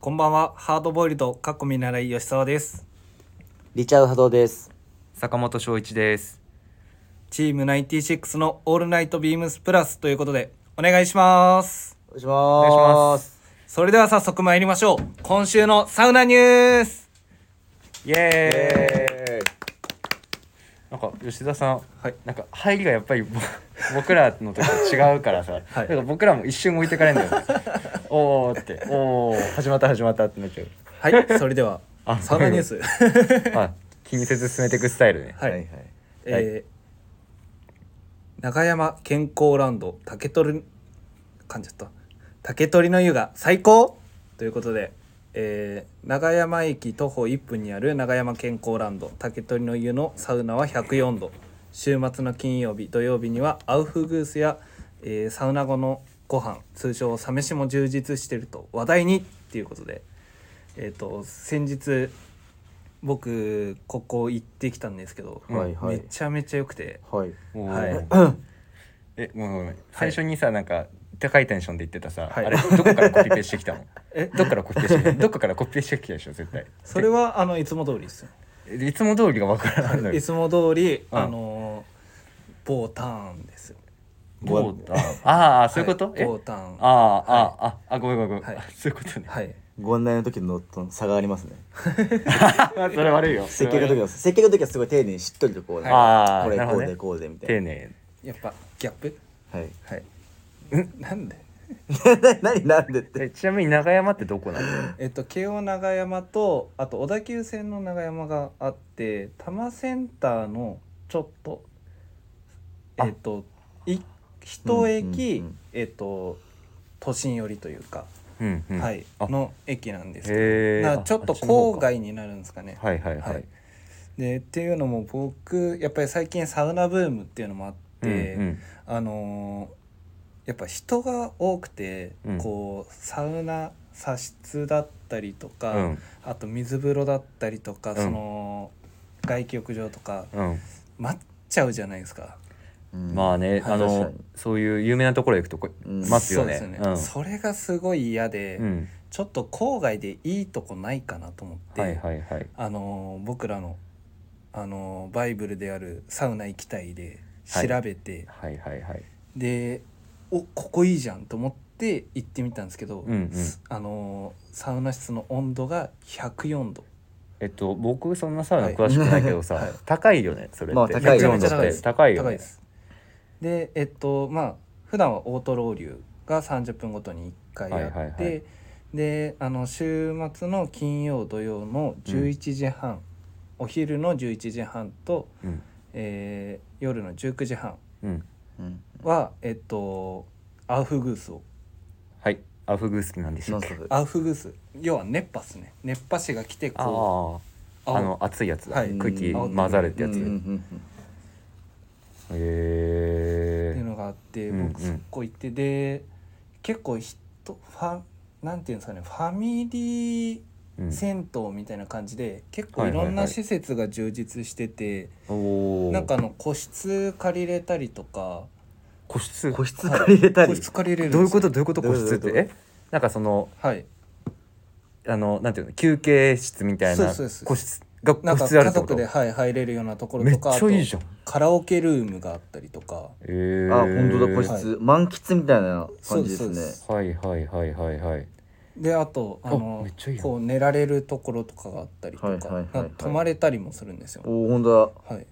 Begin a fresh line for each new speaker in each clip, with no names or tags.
こんばんは、ハードボイルド、かっこ見習い吉沢です。
リチャード波動です。
坂本翔一です。
チーム96のオールナイトビームスプラスということで、お願いします。
お願いし
お願いし
ま。
ますす。
それでは早速参りましょう。今週のサウナニュース
イエーイ。
え
なんか吉田さん、
はい
なんか入りがやっぱりぼ 僕らの時と違うからさ、
はい
なんか僕らも一瞬置いてかれ んだよね。おーって、おー始まった始まったってなっちゃう。
はい、それでは
あ、
サウナニュース。
あ、気にせず進めていくスタイルね。
は
はいい。はい。
えー、長山健康ランド竹取噛んじゃった竹取の湯が最高ということで、えー、長山駅徒歩1分にある長山健康ランド竹取の湯のサウナは104度週末の金曜日土曜日にはアウフグースや、えーサウナ後のご飯通称サ飯も充実してると話題にっていうことで、えー、と先日僕ここ行ってきたんですけど、
はいはい
めちゃめちゃ良くて
はい。
お
はい
ー。 え、ごめんごめん。最初にさ、なんか高いテンションで言ってたさ、
はい
あれどこからコピペしてきたの？
え
どっからコピペして きた？どっかからコピペしてきたでしょ絶対。
それはあのいつも通りですよ
えいつも通りがわからないの
い
よ。
つも通り
うん
あの某ターンですよ
どうだ。ああそういうこと？
は
え
某ターンは
ああ、ああ、あ、ごめんごめんごめん。
はい
そういうこと ね。
い
ご案内の時のとの差がありますね。
まあそれ悪いよ。
設計の時は設計の時はすごい丁寧にしっとりとこうね。
あー
これ
なる
こ
ほ
う
ど
で
ね
こうでみた
丁
い
寧。
やっぱギャップ
な。はい。
はい なんで
なになんでって。
えちなみに長山ってどこなの？
えっと慶応長山とあと小田急線の長山があって多摩センターのちょっと
あ
えっとい一駅、
うんうんうん
えっと都心寄りというか、
うんうん。
はい
あ
の駅なんですけど
へえ。
なちょっと
あ方
郊
か
外になるんですかね。
はいはいは
はい
い。
でっていうのも僕やっぱり最近サウナブームっていうのもあっ
うん
て、
うん
あのーやっぱ人が多くて、
うん
こうサウナ茶室だったりとか、
うん
あと水風呂だったりとか、
ん
その外気浴場とか
うん。
待っちゃうじゃないですか。
うん
まあね、
はい
あ
確か
の
に
そういう有名なところ行くとこ
うん
待つよね。
そうです
うん
それがすごい嫌で、
うん。
ちょっと郊外でいいとこないかなと思って、
はいはいはい。
あのー僕らの、あのーバイブルである「サウナ行きたい」で調
はい
べて、
はいはいはい。
でおここいいじゃんと思って行ってみたんですけど、
うんうん
すあのーサウナ室の温度が104度
えっと僕そんなサウナ詳しくないけど
は
さ
い、
高いよねそれ
まあ
って。
高い
104
めちゃめちゃ高いで
度って
す
高いよ
高い
ね
で。すでえっとまあ普段はオートロウリュが30分ごとに1回やって、
はいはいはい
であの週末の金曜土曜の11時半、お昼の11時半と、
うん
えー夜の19時半
うん。
うん。
はえっとアウフグースを
はい。アフグースキなんでし
ノ
た
ン
っけ
ストップ。
アウフグース要は熱波っすね熱波師が来て
あ
こ
あ。
う
あの熱いやつだ、
はい
空気
うん
混ざるってや
う
つ、
んうん
へ
っていう
え
のがあって
うん
僕そこ行ってで結構人ファなんていうんですかねファミリー
うん
銭湯みたいな感じで結構
はいいはいは
ろ
い
んな施設が充実してて
おお
なんかあの個室借りれたりとか
個室
うん個室借りれた
個。
り
室借りれるんです
ど
よ
ういうことどういうこと
どう
個
いうこと
室って
どういう
えなんかその
はい
あのなんていうの休憩室みたい
そう
な
ですそうです
個室が
なん
個
か
室あ
家
るってこ
族
と
で、はい、入れるようなところ
め
と
っ
かあ
ちゃ
と
いいじゃんへ
カラオケルームがあったりとか
えー、
あ本当だ個
はい
室満喫みたいな感じです
そうですそうで
ね
す。
はいはいはいはいはい
であとあ
あ
の
めっちゃいいな
こう寝られるところとかがあったりとか、
はいはいはいはい
なんか泊まれたりもするんですよ。
おお本当だ。
はい、
へ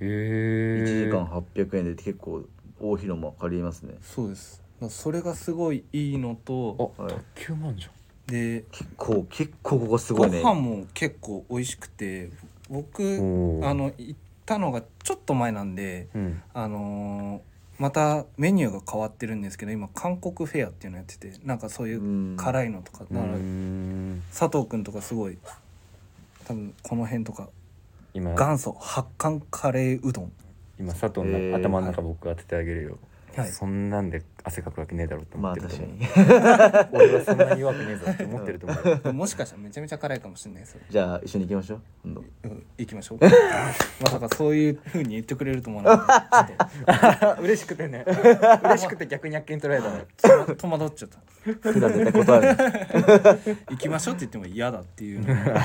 え
一
ー、
時間八百円で結構大広間借りれますね。
そうです。だからそれがすごいいいの
あ
と
はい
卓球マンじゃん
で
結構結構ここす
ご
ごいね。
飯も結構美味しくて僕
おー
あの行ったのがちょっと前なんで
うん
あのーまたメニューが変わってるんですけど今韓国フェアっていうのやっててなんかそういう辛
い。
いのとか
うー
だから
ん
佐藤君とかすごい多分この辺とか
今
元祖発汗カレーうどん
今佐藤の、
えー
頭の中僕当ててあげるよ
はい
そんなんで汗かくわけねえだろうって思
ま
っ
あ
てると
確かに
思う、俺はそんなに弱くねえぞって思ってると思う よ
もしかしたらめちゃめちゃ辛いかもしれないそれ、
じゃあ一緒に行きましょう今度
うん、行きましょうまさかそういうふうに言ってくれると思わなかったち
嬉しくて ね嬉しくて逆にあっけに取られたのよ
ょっと戸惑っちゃった
普段絶対断るの
行きましょうって言っても嫌だっていうのが だか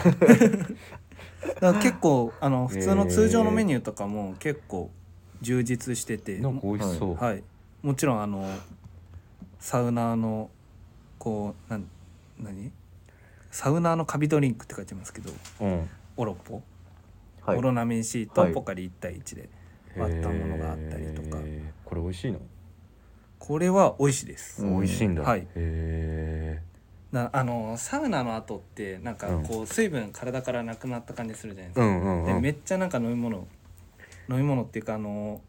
ら結構あの普通の通常のメニューとかも結構充実してて、
なんか美味しそう、
はい、もちろんあのサウナーのこうなん何サウナーのカビドリンクって書いてますけど
うん
オロポ、
はい
オロナミン C と
はい
ポカリ1対1で割ったものがあったりとか、
へーこれ美味しいの、
これは美味しいです、
うん
美味しいんだ、
はい
へえ
なあのサウナの後ってなんか
うん
こう水分体からなくなった感じするじゃないですか
う、んうんう
で
ん
めっちゃなんか飲み物飲み物っていうかあの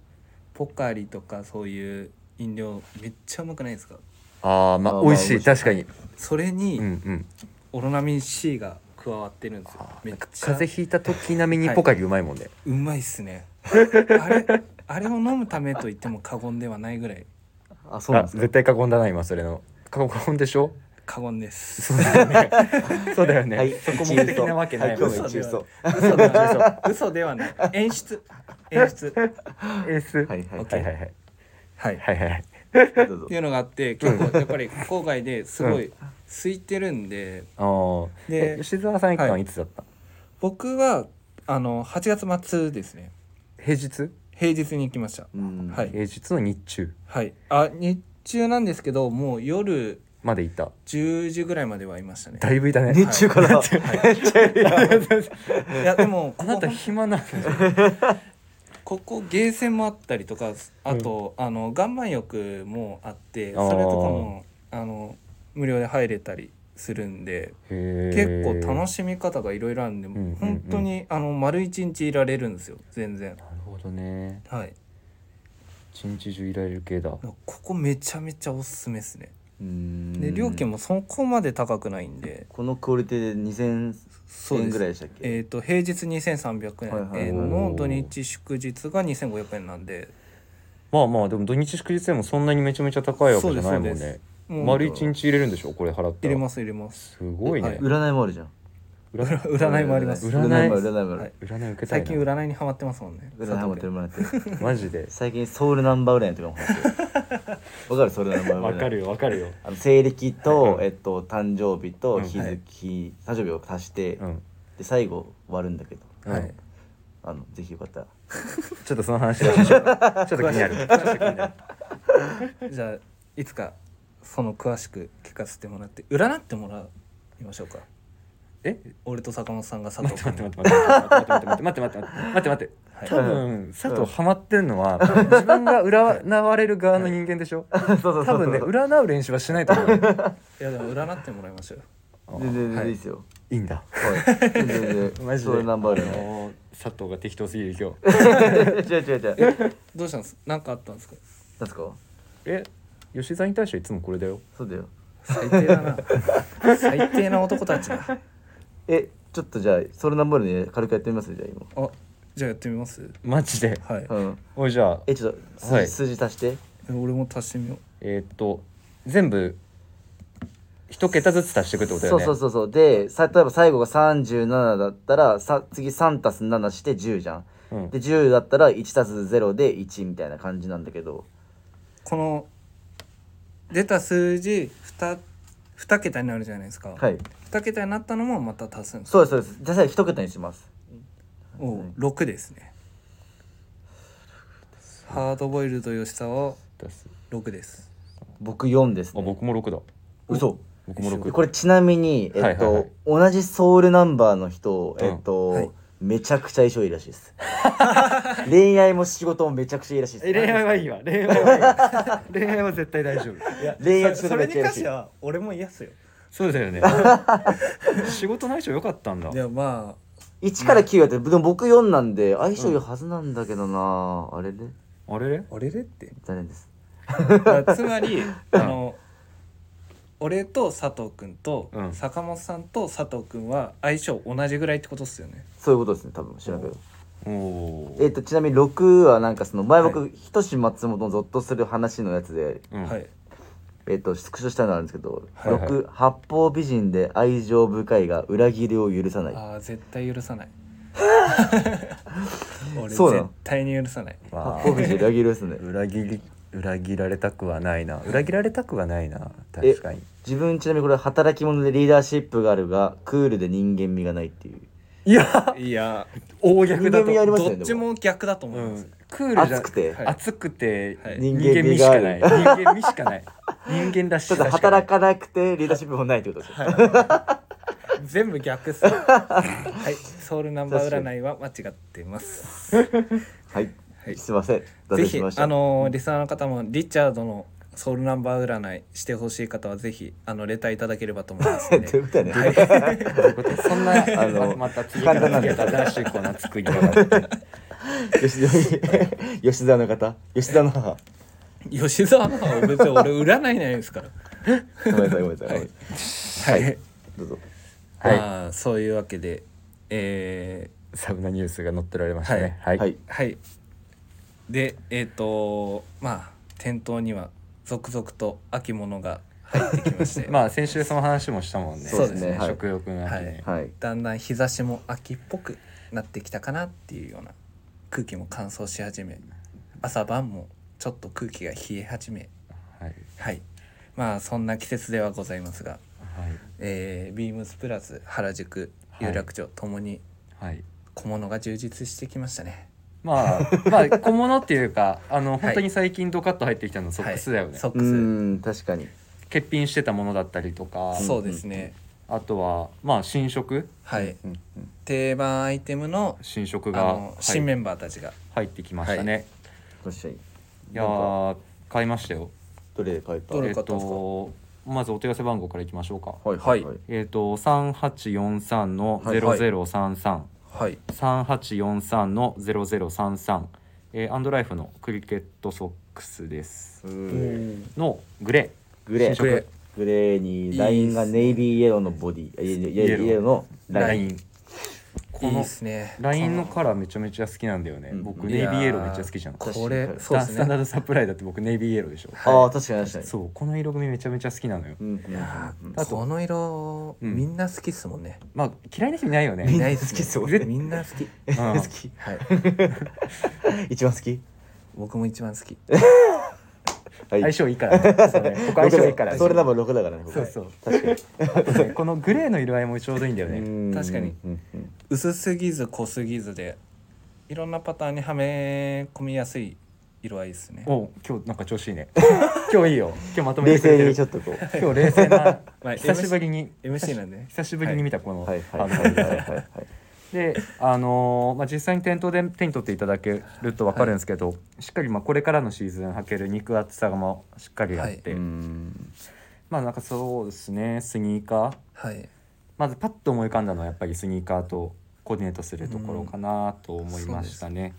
ポカリとかそういう飲料めっちゃうまくないですか
ああま
ま
あ
あ
美味し
美
い
味しい
確かに
それ
うんう
に
ん
オロナミン C が加わってるんですよ
あー
めっ
なんか
ちゃ
風邪ひいた時並みにポカリうまいもんね、
うまいっすねあれあれを飲むためと言っても過言ではないぐらい
あそうなん
あ
ですか
絶対過言だな今それの過言でしょ
過言です
そうだよねそうだよね、
はい
そこ
一
目
位嘘
的なわけないもん、
はい今日の一位嘘
嘘では嘘ではない演出演出
エース
は
はいい
はい
はいはい
はい
はいはい
どうぞ
っていうのがあって結構やっぱり郊外ですごい空いてるんで、
あー
で
え吉沢さん一
は
貫
い
いつだった、
僕はあの8月末ですね
平日
平日に行きました
うん
はい
平日の日中
はいあ日中なんですけどもう夜
までいた
10時ぐらいまではいましたね
だいぶいたね
日中から
いやでも
あなた
ここ
暇なの
ここゲーセンもあったりとかあと、あの岩盤浴もあって
あー
それとかもあの無料で入れたりするんで
結
結構楽
しい
しみ方がいろいろあるんで、
んうんうん
本当にあの丸一日いられるんですよ全然
なるほどね
はい
一日中いられる系だ
ここめちゃめちゃおすすめですね
うん
で料金もそこまで高くないんで
このクオリティで2000
そう
円
です
ぐらいでしたっけ
えー、と平日2300
はいはい
円の土日祝日が2500円なんで
まあまあでも土日祝日でもそんなにめちゃめちゃ高いわけじゃないも
そうんですそうで
ね
もう
丸一日入れるんでしょこれ払った
入
ら
れます入れます
すごいね、
はい
占いもあるじゃん
占い
占いもあります
占いもある
占
占いもあ
は
る
い
占い受けた
最
いな
近占いにハマってますもんね
占いハマってるもらってる
マジで
最近ソウルナンバー占いとかも入ってるわかるソウルナンバー占い
よわかるよ
あの西暦と、
うん
えっと、誕生日と
うん
日付、誕生日を足して、
うん
で最後割るんだけど
うん
はい
あのぜひよかったら
ちょっとその話しま しょうちょっと気になるちょっと気になる
じゃあいつかその詳しく聞かせてもらって占ってもらいましょうか
え
俺と坂本さんが佐
待
藤
って
君
待って待って待って待って待って待って待って待って待って
はい
多分佐藤ハマってんのは自分が占われる側の人間でしょ多 分ね占う練習はしないと思うよ
いやでも占ってもらいましょう
全然全
は
然
い
いいですよ、
いいんだ
はい、全然全
マ
然
ジ
ソウ
で
ルナンバー
あ
占い
のー佐藤が適当すぎる今日
違う違う違う
どうしたんです何かあったんですか
何すか
え吉沢に対していつもこれだよ
そうだよ
最低だな最低な男たちだ
えちょっとじゃあソウルナンバー占い軽くやってみますじゃあ
あじゃあやってみます
マジで
はい
今うん
おいじゃあ
えちょっと数,、
はい
数字足して
え俺も足してみよ
えーっと全部一桁ずつ足していくってことだ
そ
よ
う
ね
そうそうそうでさ例えば最後が37だったらさ次3足す7して10じゃん
うん
で10だったら1足す0で1みたいな感じなんだけど
うこの出た数字 2, 2桁になるじゃないですか、
はい
2桁になったのもまた足すんです
そうですそうですじゃあ最後1桁にします
おう6ですねハードボイルド吉沢は
出す
6です
僕4です
あ
ね
僕も六だ
嘘
僕も
で
六
これちなみに、えっと
はいはいはい
同じソウルナンバーの人、えっと
はい
めちゃくちゃ相性いいらしいです 恋愛も仕事もめちゃくちゃいいらしいです
愛はいいわ恋愛はいい恋愛は絶対大丈夫
恋愛仕事めっちゃいいらしい
は俺も嫌っすよ
そうだよね仕事の相性良かったんだ
いやまあ
1から9やってでも僕4なんで相性いいはずなんだけどな、あれれ
あれれ
俺でって
残念です
だからつまりあの俺と佐藤君と
うん
坂本さんと佐藤君は相性同じぐらいってことっすよね
そういうことですね多分知らんけど
おお
えっとちなみに6はなんかその前
は
僕仁松本のゾッとする話のやつで、
うん
はい
えっとスクショしたのあるんですけど、
はいはい
6八方美人で愛情深いが裏切りを許さない
ああ絶対許さない俺
そうなの
絶対に許さない
ま
八
あ
方美人で裏切りを許さない
裏切り裏切られたくはないな裏切られたくはないな確かに
自分ちなみにこれ働き者でリーダーシップがあるがクールで人間味がないっていう
いや
いや
大逆だ
人間味あり
と、
ますよ
ど
ね
っちも逆だと思
う
います、
ん、クールじゃ
熱くて、
は
熱くて、
はい
人
人
間
間
味
味
し
があ
か
る
ない人間味しかない人間らし
ちょ
さ
っ
しか
と
ない
働かなくてリーダーシップもないってことですね、
全部逆っす はいソウルナンバー占いは間違っています
はい、
はい
すいません
ぜ
脱線
ひ
しました
あのーリスナーの方もリチャードのソウルナンバー占いしてほしい方はぜひあのレターいただければと思います の
どうい
で
うことやねん、
そんなあ
の
ままた次か
簡単な
ら
ん
次
で
へと新しいコーナー作りやがって
吉沢吉沢の方吉沢の母
吉沢のは別に俺占いないですから
ごめんなさいごめんなさい、
はい、
どうぞ
はい
まあそういうわけでえ
サブナニュースが載ってられましたねは、
はい
ー
い、
はいでえっ、とまあ店頭には続々と秋物が入ってきまして
まあ先週その話もしたもんね
そうですね
はい
食欲が、
はい
はい
だんだん日差しも秋っぽくなってきたかなっていうような空気も乾燥し始め朝晩もちょっと空気が冷え始め
はい
はいまあそんな季節ではございますが、えービームスプラス原宿
はい
有楽町ともに
はい、はい
小物が充実してきましたね、
まあ、まあ小物っていうかあの本当に最近ドカッと入ってきたのソックスだよ
は
ね、
いソッ
う
ク
ーん確かに
欠品してたものだったりとか
スそうですね、
あとはまあ新色
はい
うんうん
定番アイテムの
新
あ
色が
の新メ
はい
ンバーたちが、
入ってきましたね、
確かに
い、やー買いましたよ
どれ買えた
どれ
えっ
買ったんですか
とまずお手寄せ番号からいきましょうか
はい
は
はいいはい
えっと3843の0033
はい
3843の0033えーアンドライフのクリケットソックスです
うーん
のグレ
グレ
新色
ーグレーにラインがネイビーイエローのボディイエイエイエローイエローの
ー
ラ
ラ
イン
イン
い
こ
いで
の
すね
ラインのカラーめちゃめちゃ好きなんだよね
うん
僕
い
ネイビ
やー
ーイエローめっちゃ好きじゃん
こ
これ
確かに
そうで
ス
す
タンダ
ね
ードサプライだって僕ネイビーイエローでしょ
ああ確かに確かに
そうこの色組めちゃめちゃ好きなのよ
うんうんうん
いやー
あと
この色、
うん
みんな好きっすもんね
まあ嫌いな人いないよね
みん
な
ない好
っ
き
すね
っすもんね
みんな好き
うん
好き
はい
一番好き
僕も一番好き
はい
相性いいからねそれ ここ相性いいから
それナンバー6だからねここ
そうそう
確かに
あとねこのグレーの色合いもちょうどいいんだよ
う
ね
ーん
確かに
うんうん
薄すぎず濃すぎずでいろんなパターンにはめ込みやすい色合いですね
お今日なんか調子いいね 今日いいよ今日まとめ
冷
てくれて
静
る
にちょっとこう
今日冷静な
まあ
久しぶりに
MC なんでね
久しぶりに見たこの
はいはい
あ
はい
の
はいはい
であのーまあ、実際に店頭で手に取っていただけると分かるんですけど、しっかりまあこれからのシーズン履ける肉厚さもしっかりあって、
うーん
まあなんかそうですねスニーカー
はい
まずパッと思い浮かんだのはやっぱりスニーカーとコーディネートするところかなと思いましたね。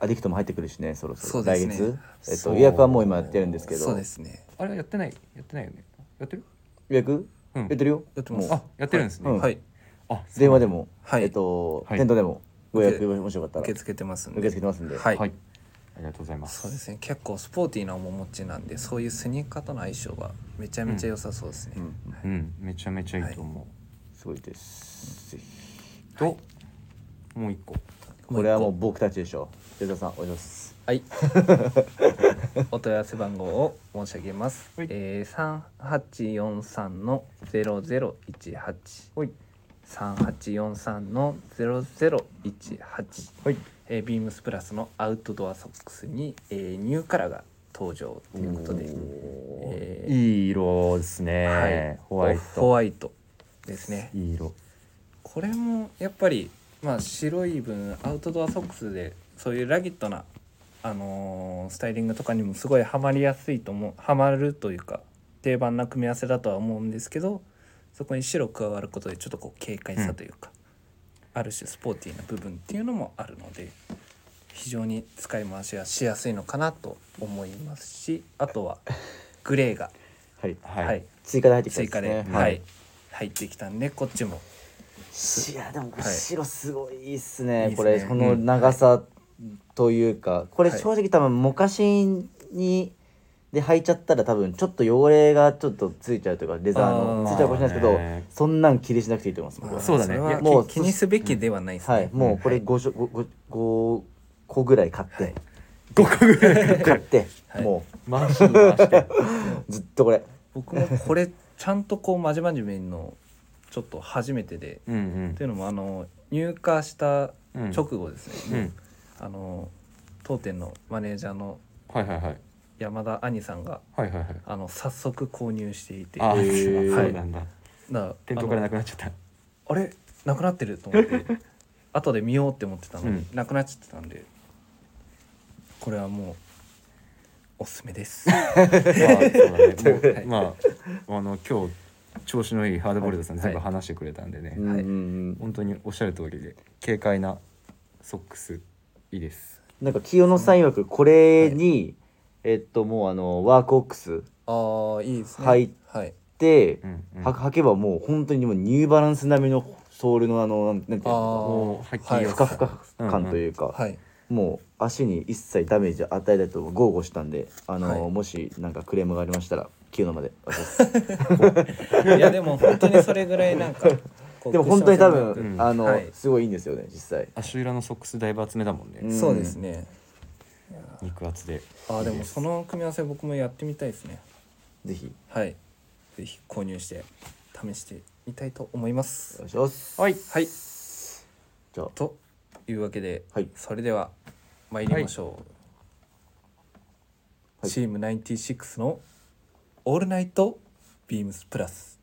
アディクトも入ってくるしねそろそ
そう
ろ
です
来
ね
月えっ
そ
と
う
予約はもう今やってるんですけど
そうですね
あれはやってないやってないよねやってる
予約
うん
やってるよ
やってます
もう
あやってるんですね、
うん
はい
あそう
電話でも
はい
えっと
はい
店頭でもご予約もしよかったら
受け
受
付けてますんで
け付けてますんで
はい、
はいありがとうございま
そう
す
ですね結構スポーティーな面持ちなんでそういうスニーカーとの相性がめちゃめちゃ良さそうですね、
うんうん
うんめちゃめちゃいいと思
すごいですぜひ
うと、もう一個
一個
これはもう僕たちでしょ吉田さんお願いします
はい お問い合わせ番号を申し上げます、
はい
えー、3843の0018
はい
3843の0018
はい
えー、ビームスプラスのアウトドアソックスに、えーニューカラーが登場ということで、えー
いい色ですね、
はい、
ホワイ
オフホ
ト
ワイトですね
いい色
これもやっぱり、まあ、白い分アウトドアソックスでそういうラギットな、あのースタイリングとかにもすごいハマりやすいと思うハマるというか定番な組み合わせだとは思うんですけどそこに白加わることでちょっとこう軽快さというか、ある種スポーティーな部分っていうのもあるので非常に使い回しがしやすいのかなと思いますしあとはグレーが、
はい
はい、
はい、
追加で入ってきたん
追加で、
ですね
はい、入ってきたんでこっちも
いやでも
い
白すごいっす
いい
ね、
っすね
これこの
うん
長さというかこれ
はい
正直多分モカシンにで履いちゃったら多分ちょっと汚れがちょっとついちゃうというかレザーの
あー
ついちゃうかもしれないですけど、
まあね
そんなん気にしなくていいと思います僕は、
そうだね
れ
い
は
や
もう
気気にすべきではないですね、
はいもうこれ5しょごごご個ぐらい買って、
5個ぐらい
買って、
はい
も
回して回して
うずっとこれ
僕もこれちゃんとこうまじまじめんのちょっと初めてで
うんうん
というのもあの入荷した
うん
直後です
う
ね、
ん
あの当店のマネージャーの
はいはいはい
山田兄さんが
はいはいはい
あの早速購入していて
ああ、
だか
そうなんだ。
ら
店頭から
あ
な
の
くなっちゃった。
あれなくなってると思って 後で見ようって思ってたのに、
うん
なくなっちゃってたんでこれはもうおすすめです
まあ、そうだ
は
ね。
い
もうまあ、あの、今日調子のいいハードボイルドさん、
はい
全部話してくれたんでね。
うんうんうん
本当におっしゃる通りで、軽快なソックス。いいです。
なんか清野さん曰くこれに、えっともうあのワークオックス
ああいいですね
はい
はい、
で、
うん、うん。
は履けばもう本当にもうニューバランス並みのソールのあのなんなんていう
あ
の
もう、はっき
は
り
い
よ
ふかふか感というか、
はい、
もう足に一切ダメージを与えたいと豪語したんであの、
はい
もしなんかクレームがありましたら清野までお願いします
いやでも本当にそれぐらいなんかこう
でも本当に多
クッション性のある
分、
うん
あの、
はい
すごいいいんですよね実際
足裏のソックスだいぶ厚めだもんね。
うん
そうですね
肉厚で。
あーでもその組み合わせ僕もやってみたいですね
ぜひ
はいぜひ購入して試してみたいと思いま
お
す
願いします
はい。
はい
じゃあ
というわけで、
はい
それでは参りましょう、
はい
チーム96の「オールナイトビームスプラス」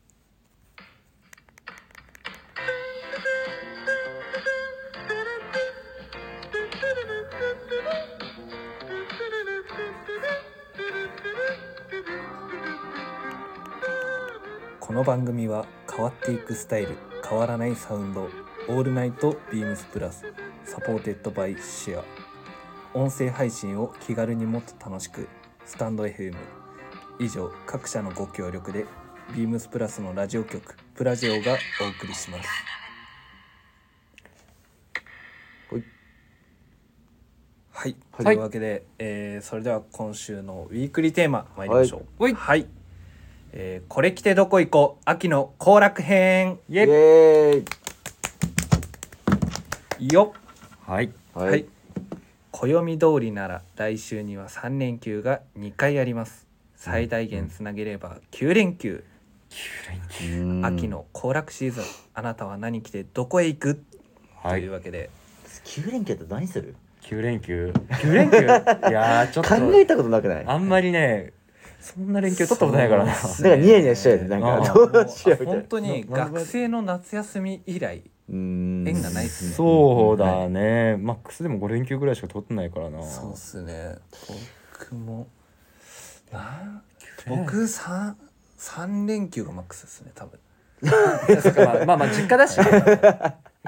この番組は変わっていくスタイル変わらないサウンド「オールナイトビームスプラス」サポーテッドバイシェア音声配信を気軽にもっと楽しくスタンド FM 以上各社のご協力でビームスプラスのラジオ局プラジオがお送りします
はい
はい、とい
はい
うわけで、えーそれでは今週のウィークリーテーマ参りましょう
は
はいい、えーこれ着てどこ行こう秋の行楽編
イ
イ
エイ
エーイ
よっ
はい。
は
はい、暦通りなら来週には3連休が2回あります最大限つなげれば9連休、
うん
秋の行楽シーズンあなたは何着てどこへ行くと。
はいいう
わけで、
9連休だったら何する
九連休。九連休。いやー、ちょっ
考
と。
えたことなくない
あんまりね、そんな連休取ったことないからな。
そう
なんかニヤニヤしちゃうよねなん
あ
か
ー
どうしようみたいな
本当 に学生の夏休み以来
うん
縁がないっすね
そうだね、マックスでも5連休ぐらいしか取ってないからな
そうっすね僕もな僕 3, 三連休がマックスですね多 分
そうかまあまあまあ実家だしね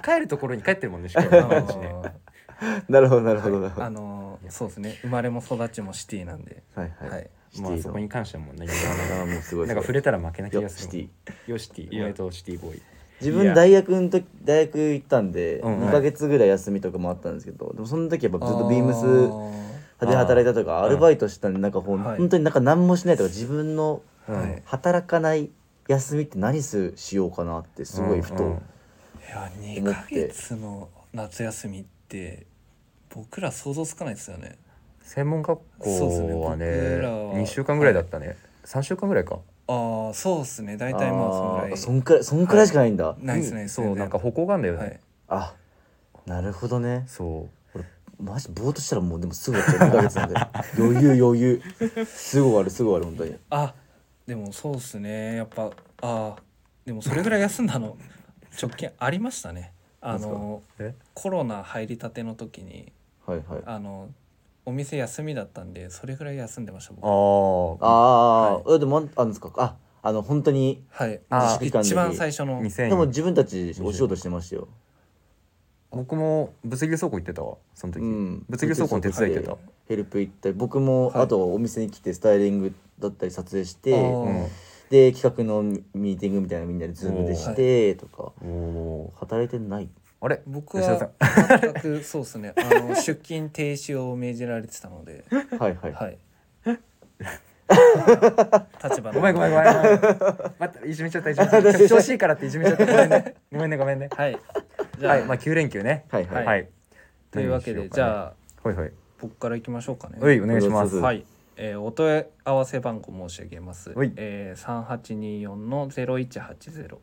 帰るところに帰ってるもんねしかも毎日ね
なるほどなるほどなるほど
あのーそうですね生まれも育ちもシティなんで、
はい
はい
はいシティ
ま
の
あそこに関してはもうね
あーもうすごい
なんか触
れ
れたら負けな気が
よ
す
シ
る
テ
も
ィ
んよシティおめでとうシティボーイ
自
い
分
や
大学の時大学行ったんで
うん
2ヶ月ぐらい休みとかもあったんですけどでもその時やっぱずっとビームス
ス
で働いたとか
あー
アルバイトしてたんでなんかほん
はい
本当になんか何もしないとか自分の
はい
働かない休みって何するしようかなってすごいふ
うんうん
と
いや2
思っ
ヶ
て
月の夏休みって僕ら想像つかないですよね
専門学校はね
そうですね僕らは
2週間ぐらいだったね、三3週間ぐらいか
ああそうっすね大体まあそのぐら
あー
い
そんくらいそんくらいしかないんだ
ないですね
そうなんか歩行があんだよね、
はい
あなるほどね
そう
マジぼーっとしたらもうでもすぐやっちゃう2ヶ月なんで 余裕余裕すぐ終わるすぐ終わる本当に
あでもそうっすねやっぱあーでもそれぐらい休んだの 直近ありましたねあの
え
コロナ入りたての時に
はいはい
あのお店休みだったんでそれぐらい休んでました
あ
僕
ー
ああ、えでもあんあるんですかああの本当に
はい
あ
ー
一番最初の
2000
でも自分たちお仕事してましたよ
僕も物流倉庫行ってたわその時、
うん
物流倉庫の手伝い行ってた、
ヘルプ行ったり僕も、
はい
あとお店に来てスタイリングだったり撮影して
あ
で
ー
で企画のミーティングみたいなのみんなでズームでしてとか、
おお
働いてない
あれ
僕
吉田
は全くそうですねあ の出勤停止を命じられてたので
はいはい、
はい立場の
ごめんごめんごめんごめんまたいじめちゃったいじめちゃった調子いいからっていじめちゃったごめんねごめんねごめんね
はいじゃあ、
はいまあ9連休ね
はいはい
はいというわけで、じ
あ
ゃあ
はいはい
僕から行きましょうかね
はいお願いしま
お
す
願
はい、えー、お問い合わせ番号申し上げます
はい。
えー、3824の0180。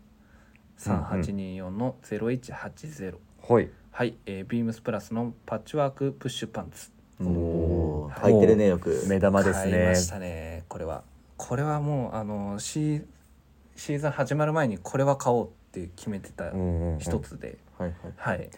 3824の0180。
はい
はい、えー、ビームスプラスのパッチワークプッシュパンツ。
おー入ってるねよく
目玉です
買いま
ね
したね。これはこれはもうあのシーシーズン始まる前にこれは買おうって決めてた
うんうんうん
一つで、
はいは
は
い
い。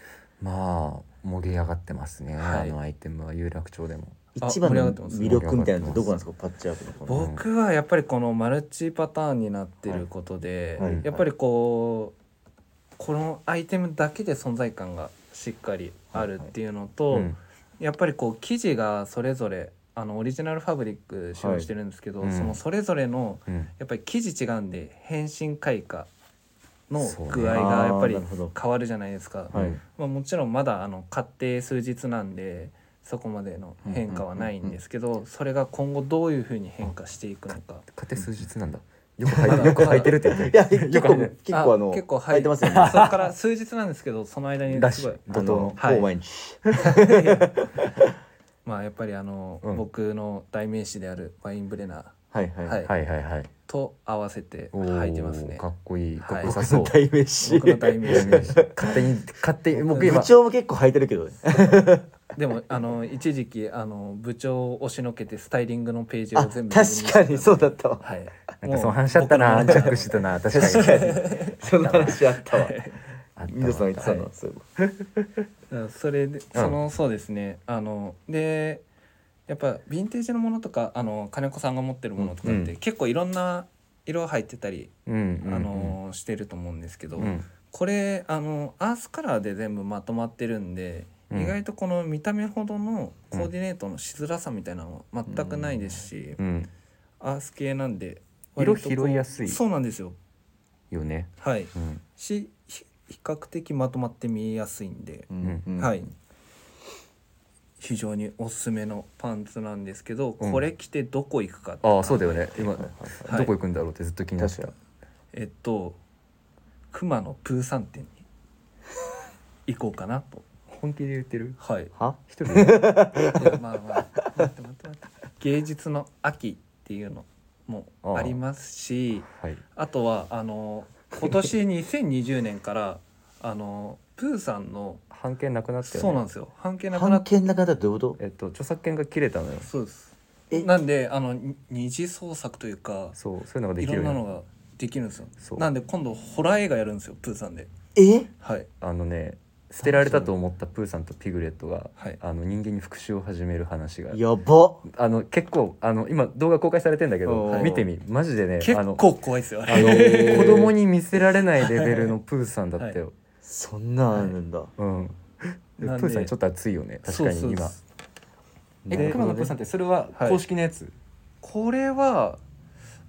まあ盛り上がってますね、
はい
あのアイテムは有楽町でも
あ
一番
盛り上が
の
ってます
魅力みたいなのってどこなんですかパッチアップのこの
僕はやっぱりこのマルチパターンになってることで、
はいはい
やっぱりこうこのアイテムだけで存在感がしっかりあるっていうのと、
うん
やっぱりこう生地がそれぞれあのオリジナルファブリック使用してるんですけど、
はいうん
そのそれぞれの
うん
やっぱり生地違うんで変身開花の
そうね
具合がやっぱり
あーなるほど
変わるじゃないですか。
はい
まあ、もちろんまだあの買って数日なんでそこまでの変化はないんですけど、それが今後どういうふうに変化していくのか。
勝手数日なんだよく履いてよく履いてるって言って
いや結構結構あの
結構
入ってますよね
そこから数日なんですけどその間に
らしい
すごい
あ
怒涛の
の
はい
ほぼ毎日
まあやっぱりあの、
うん
僕の代名詞であるワインブレナー
はいはい
はい
はいはいはい
と合わせて
おー
履いてますね
かっこいい
はい
かっこよさそう、
代名詞
僕の代名詞で
勝手に勝手に僕
部
今
長も結構履いてるけどね
でもあの一時期あの部長を押しのけてスタイリングのページを全部自分
確かにそうだったわ
はい
なんかその話あったなチャックしてた な確かに
その話あったわ
あったわ
皆さん言ってたなそういえば
うんそれでその、そうですねあのでやっぱヴィンテージのものとかあの金子さんが持ってるものとか
う
っ
んう
て結構いろんな色入ってたり、
うんうんうん
あのしてると思うんですけど、
うん
これあのアースカラーで全部まとまってるんで、
うん
意外とこの見た目ほどのコーディネートのしづらさみたいなのは全くないですし、
うん
アース系なんで
色
割とこう
拾いやすい
そうなんですよ
よね
はい
うん
しひ比較的まとまって見えやすいんで、
うんうん
はい非常におすすめのパンツなんですけど、
うん
これ着てどこ行くか
ああそうだよね今
はいはい
はい
どこ行くんだろうってずっと気になってた
確
えっと熊野プーさん店に行こうかなと
本気で言ってる
はい
は
一 人で
でまあまあ待って待って待って芸術の秋っていうのもありますし
はい
あとはあの今年2020年からあのプーさんの
版権なくなったよね
そうなんですよ半径なくな
判
っ
権なくなったらどういうこと
えっと著作権が切れたのよ
そうです
え
なんであのに二次創作というか
そうそういうのがで
い
きる
ろん
よう
な
にな
の
っ
ができるんです
そ
よ
う
なんで今度ホラー映画やるんですよプーさんで
え
はい
たあのね捨てられたと思ったプーさんとピグレットが、
はい
あの人間に復讐を始める話が
やば
あの結構あの今動画公開されてんだけど
おー
見てみマジでね
結
あの
構怖いですよあ
あ
れ
の
へー
子供に見せられないレベルのプーさんだっ たよ、
そんなんあるんだ
うんで
なんで
プーさんちょっと熱いよね確かに
そうそう
今
そう
えなるほどね熊野プーさん
ってそれは
公
式のやつ、
これは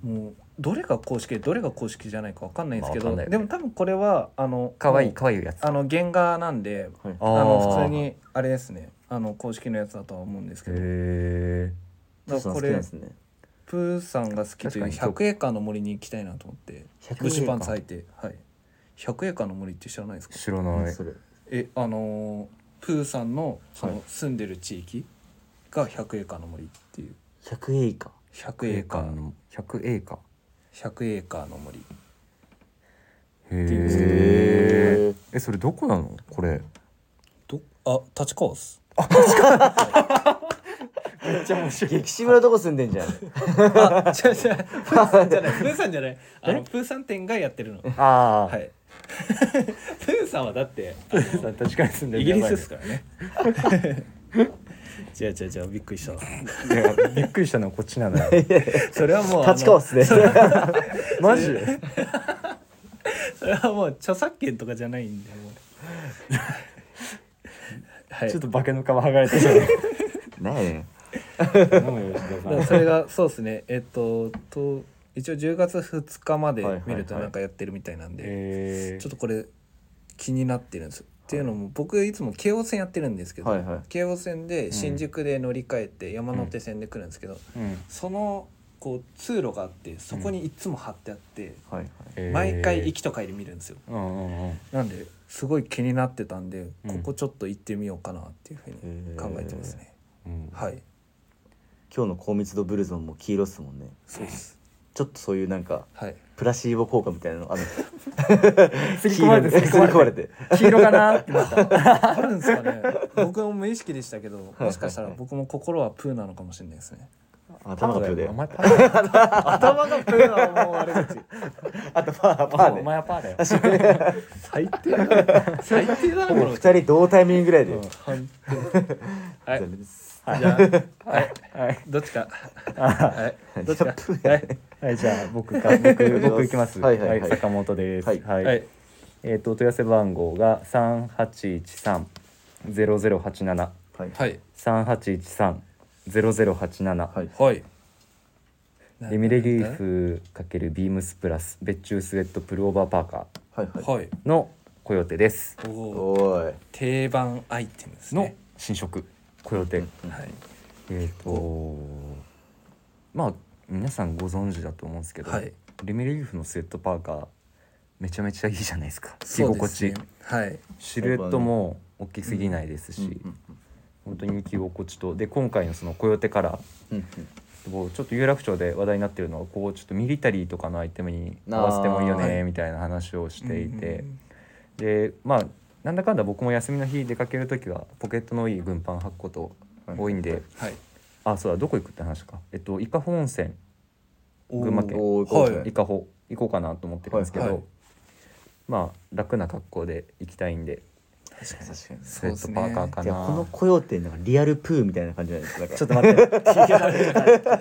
もうどれが公式でどれが公式じゃないかわかんないんですけど、
まあわかんない
で
よね
も多分これはあの
かわいい
もう
かわいいやつ
あの原画なんで
はい
あの
ー
普通にあれですねあの公式のやつだとは思うんですけどだ
へ
から
そう
こ
なん
れ
ですね
プーさんが好きという
確かに
100エーカーの森に行きたいなと思って
100
ブッシュパンツ履いてはい100エーカーの森って知らないです
え
か
知ら
何
ない
それ
えあのープーさんのそ
は
の住んでる地域が100エーカーの森っていう
100円以 下
100エーカー
の100エーカ
100エーカーの森
ー
っていうんですけど
へええそれどこなのこれ
どあ立川っす
めっちゃ面白
激渋なとこ住んでんじゃ ん
あ、違う違う。プーさんじゃない。プーさんじゃない。あのプーさん店がやってるの。
ああ、
はい。 プーさんはだってあの
確かに住んで
イ
る
ギリスですからね。 違う違う違うびっくりした。
いやびっくりしたのはこっちなのよ
それは もうあの
立川っすね
マジ
それはもう著作権とかじゃないんでもう。はい。
ちょっと化けの皮剥がれてる
ねえ
頼むよ吉田さん
それがそうですね。えっとと一応10月2日まで
はいはいはい
見るとなんかやってるみたいなんで、
えー
ちょっとこれ気になってるんですっていうのも僕いつも京王線やってるんですけど、
はいはい
京王線で新宿で乗り換えて山手線で来るんですけど、
うん
そのこう通路があってそこにいつも貼ってあって、
はいはい
えー
毎回行きと帰り見るんですよ
うんうんうん
なんですごい気になってたんで、
うん
ここちょっと行ってみようかなっていうふうに考えてますね、
うん
はい
今日の高密度ブルゾンも黄色っすもんね
そうです
ちょっとそういうなんか
はい
プラシーボ効果みたいなのあるんですよ
刷り込まれて
黄色に刷り込まれて
黄色かなってなった
あるんですか ね僕も無意識でしたけどもしかしたら僕も心はプーなのかもしれないですね
頭がプーで
お前パーだよ
頭がプーはもう悪口
あとパーパー
お
で
前はパーだよ
最低だ最低だなこ
もう
の
2人同タイミングぐらいで
はい
ダメです
じゃあ
はいはい
どっちかはいどっちか
プー
は
や
い
はい、じゃあ僕か僕僕いきます。
はいはいはい
坂本です。
はい
はい
えっ、と問い合わせ番号が三八一三ゼロゼロ八七
はい
はい
三八一三ゼロゼロ八
は
七
い
はい
レミレリーフかけるビームスプラス別注スウェットプルオーバーパーカ
はいはい
はい
ーのコヨテです。
おお
おーい
定番アイテムです
の
ね
新色コヨテ。
はい
えっ、とまあ皆さんご存知だと思うんですけど、
はい
レミレリーフのスウェットパーカーめちゃめちゃいいじゃないですか。着
そうで
心地。
すねはい
シルエットも大きすぎないですし、本当に着心地とで今回のそのコヨテカラ
うんうん
ーもうちょっと有楽町で話題になってるのはこうちょっとミリタリーとかのアイテムに合わせてもいいよ
あーは
ねみたいな話をしていて
うんうん
でまあなんだかんだ僕も休みの日出かける時はポケットのいい軍パン履くこと多いんで、
はい
あそうだどこ行くって話かえっと伊香保温泉群馬県
おー
は
はい
伊香保行こうかなと思ってるんですけど、
はいはい
まあ楽な格好で行きたいんで
確かに確かに
スウェットパーカーか
いや
な。
この雇用ってなんかリアルプーみたいな感じじゃないですかなんか
ちょっと待 って。確か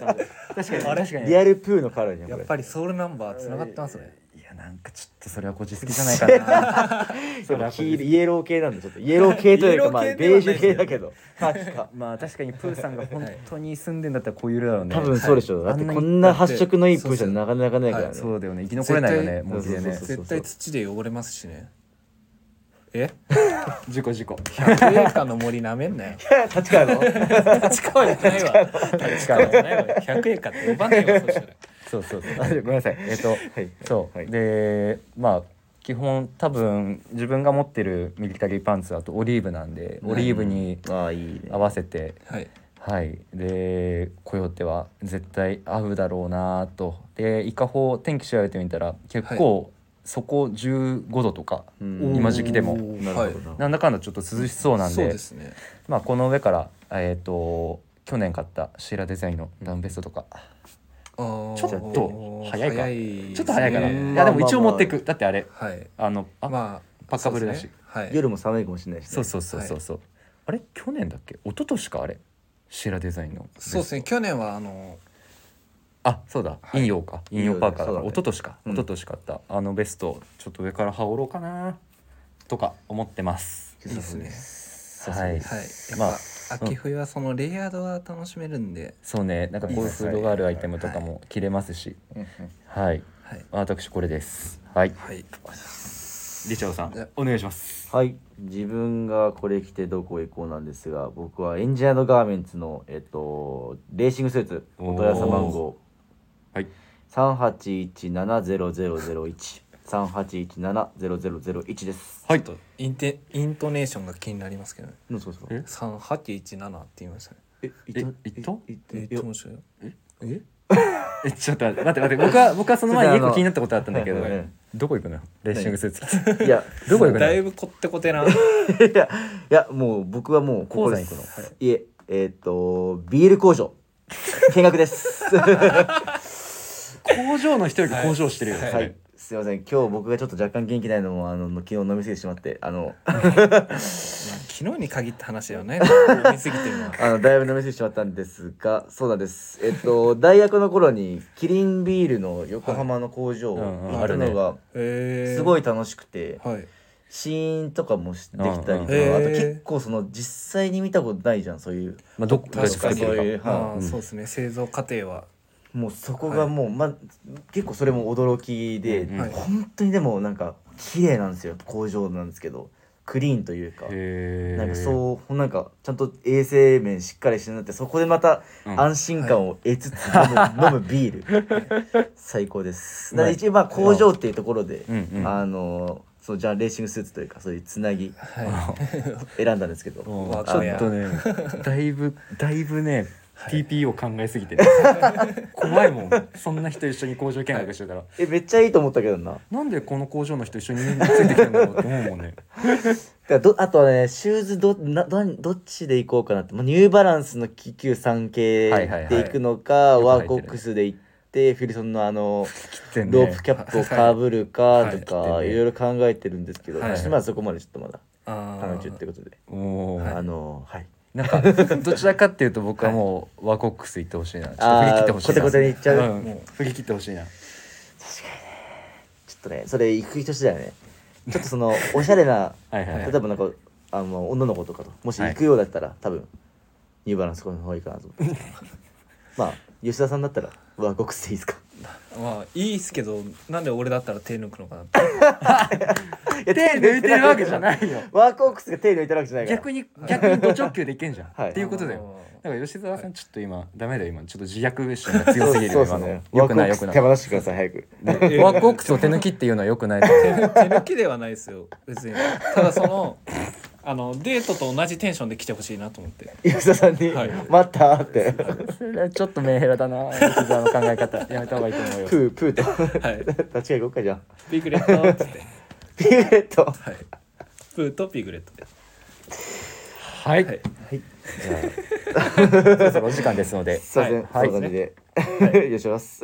に確かに。
リアルプーのカラーじゃん
や
こ
っ
れ
ぱりソウルナンバーつながってますね
いやなんかちょっとそれはこじつけじゃないかな。
そうか黄色イエロー系なんでちょっとイエロー系というかまあ
イエ
ベ
ロー系ではない
ージュ系だけどカーキか
まあ確かにプーさんが本当に住んでんだったらこういう色だろうね。
多分そうでしょ
は
だ
い
って
あんな
こ
に
んな発色のいいプーじゃ
だって
なかなかないからね
そ うだよね。生き残れないよ
絶
ね。
対
もうで
そう
ね
そう。そう
絶対土で汚れますしねえ
事故事故。
百円間の森なめんな よ
立川の
立川じゃないわ立川じゃないわ百円間って呼ばねえわそしたら
そうそうそう。あごめんなさい。えっと
い
そう、
はい
でまあ基本多分自分が持ってるミリタリーパンツだとオリーブなんでオリーブに
ああいいね
合わせて
はい
はい、でコヨーテは絶対合うだろうなとでイカホ天気調べてみたら結構、そこ15度とか、
うん
今時期でも
なるほどな
なんだかんだちょっと涼しそうなん
そう
で
ですね
まあ、この上から、えー、と去年買ったシーラデザインのダウンベストとか、
ちょ
ちょっと早いか
い
ちょっと早いかな、
ですね
い
まあ
やでも一応持っていく、だってあれ
はい
あのあ、
まあ
パッカブルだし
そうですねはい
夜も寒いかもしれないしね
そうそうそうそうそう、あれ去年だっけ一昨年かあれシーラデザインのベス
そ
ト
うですね去年はあの
あそうだ、
い
引用か引用パーカーだ
そうだ
から
ね
一昨年か
うん
一昨年買った、あのベストちょっと上から羽織ろうかなとか思ってます
いいですね
はい、
はいやっ
まあ
ぱ秋冬はそのレイヤードが楽しめるんで
そうねなんかこういうフードがあるアイテムとかも着れますし
うんうん
はい、
はい
私これですはい
はい
リチャードさ
じゃ
んお願いします
はい自分がこれ着てどこへ行こうなんですが僕はエンジニアードガーメンツのえっとレーシングスーツお問い合わせ番号
はい
三八一七ゼロゼロゼロ一三八一七ゼロゼロゼロ一です。
はい
ちょっとインテイントネーションが気になりますけどね
うんそうそう
え
三八一七って言いましたね
え
え言った
言っ
え
いや
どうしようえ
え ちょっと待って待って僕は僕はその前 に
ちょっとあ
一
の
個気になったことあったんだけど
はいはいはい
どこ行くのよレーシングスーツ着て
いや
どこ行くの
だい
よ
ぶこってこて な
いやいやもう僕はもうここで
鉱山行く
すいええっとビール工場見学です
工場の人より工場してるよね、
はい
そ
は
れ
いすいません今日僕がちょっと若干元気ないのもあの昨日飲み過ぎてしまってあの
昨日に限った話で はないな飲み過ぎてるのは
あのだいぶ飲み過ぎてしまったんですがそうなんですえっ と大学の頃にキリンビールの横浜の工場
はいうんうん
あるのが
えー、
すご
い
い楽しくて
はい
シーンとかもしできたりと
うん
か、
うん
あと
へー
結構その実際に見たことないじゃんそういう
まあ、どこが
確
作
か
っ
に
て
そう
る
い
か
う、
まあ、
はい
そうですね製造過程は
もうそこがもう、ま、結構それも驚きで、
うん
うんはい
本当にでもなんか綺麗なんですよ工場なんですけどクリーンというか。
へえ
なんかそうなんかちゃんと衛生面しっかりしてるなってそこでまた
うん
安心感を得つつ飲む,、飲むビー ル最高です。だから一応まあ工場っていうところで、
うんうん
あのそうじゃあレーシングスーツというかそういうつな ぎ
は
選んだんですけど、
うん
わ
ちょ
かんや
っとねだいぶだいぶね TP を考えす ぎて、怖いもんそんな人一緒に工場見学してたら、
えめっちゃいいと思ったけどな。
なんでこの工場の人一緒についてきたんだろうって思うもんね
だからどあとはねシューズどなどどっちで行こうかなって、まあ、ニューバランスの気球3系
はいはいはい
で行くのか、
く入っ
ワ
て
ー
る
コックスで行ってフィルソンのあの
切ってんね
ロープキャップをかぶるかとか、
はい
いろいろ考えてるんですけど、
はいはい
ちょっとまあそこまでちょっとまだ
あ
考
ー
え中ってことで
おー
あのはい
なんかどちらかっていうと僕はもうワコックス行ってほしいなちょっと振り切ってほしい
あーコ
な
テコテに行っちゃう
うんもう振り切ってほしいな
ちょっとねそれ行く人次第だねちょっとその おしゃれな
はいはい
例えばなんかあの女の子とかともし行くようだったら、多分ニューバランスこの方がいいかなと 思ってまあ吉田さんだったらワーコックスでいいですか
まあいいっすけどなんで俺だったら手抜くのかなって
いや
手抜いてるわけじゃないよ
ワークオックスが手抜いてるわけじゃないから
逆に逆にド直球でいけんじゃん、
はい
っていうことだよ
あ
だから吉沢さんちょっと今、ダメだよ今ちょっと自虐心が強すぎる
そう
よ
そうです
今の
ね
よくない
ワ
よ
ークオックス
くない
手放してください早く
ー
ワークオックスを手抜きっていうのはよくないと思う
手抜きではないですよ別にただそのあのデートと同じテンションで来てほしいなと思って
吉田さんに
はい
「待った」って
それはちょっとメンヘラだな吉沢の考え方やめた方がいいと思うよ
プープーと
はい
立ち上げようかじゃん
ピグレットっつって
ピューッと
はいプーとピグレットで
はい、
はい
そろそろお時間ですのです
いません
はい
そんな感じでよします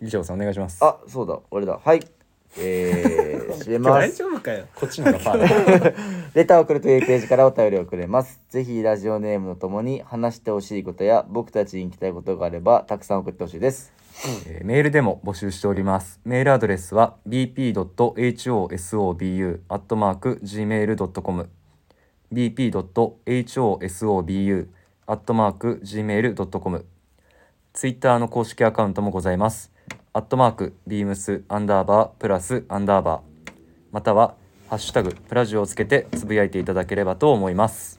以上さんお願いします
あそうだ俺だはい えー閉めま
大
す
丈夫かよ
こっちのがパーだ
レターを送るというページからお便りをくれます。ぜひラジオネームとともに話してほしいことや僕たちに聞きたいことがあればたくさん送ってほしいです。
えーメールでも募集しております。メールアドレスは bp.hosobu.gmail.com bp.hosobu.gmail.com ツイッターの公式アカウントもございます。アットマーク、ビームス、アンダーバー、プラス、アンダーバー。または、ハッシュタグ、プラジオをつけてつぶやいていただければと思います。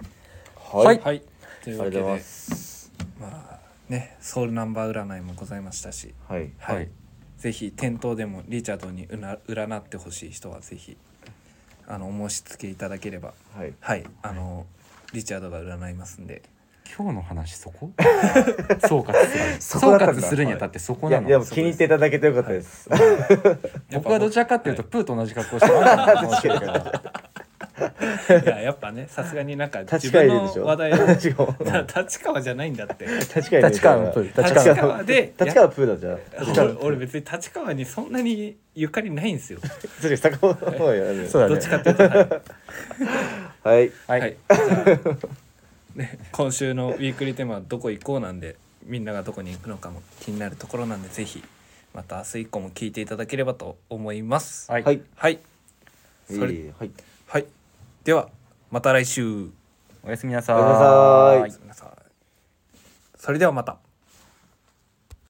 はい
はい
はいという
あ
わけ
りがとうございま。
ですまあねソウルナンバー占いもございましたし
はい。
はい、ぜひ店頭でもリチャードにうな占ってほしい人はぜひあのお申し付けいただければ
はい。
はいあのリチャードが占いますんで
今日の話そこ 総括する
そこ
総
だったんだ
括するにあたってそこ
い
な
や、
の
でも気に入っていただけてよかったです。
僕はどちらかっていうとプーと同じ格好してる かもしれないけど
いややっぱねさすがになんか自
立川
分
いるでし
の
ょ。
話題を
立川。
た立川じゃないんだって
立川いるでしょ
立川のプール
立川で
立川プーだじゃん。 立川
俺俺別に立川にそんなにゆかりないんですよ
それ坂本の方やる。
そうだね
どっちかっていうと はい、
はい。
はい、
はいじゃあね、今週のウィークリーテーマは「どこ行こう」なんでみんながどこに行くのかも気になるところなんでぜひまた明日以降も聞いていただければと思います
はい
はい。
はい、
え
それ
ーはい。
はい、ではまた来週
おやすみなさ
おやすみなさーい
ごめんなさいそれではまた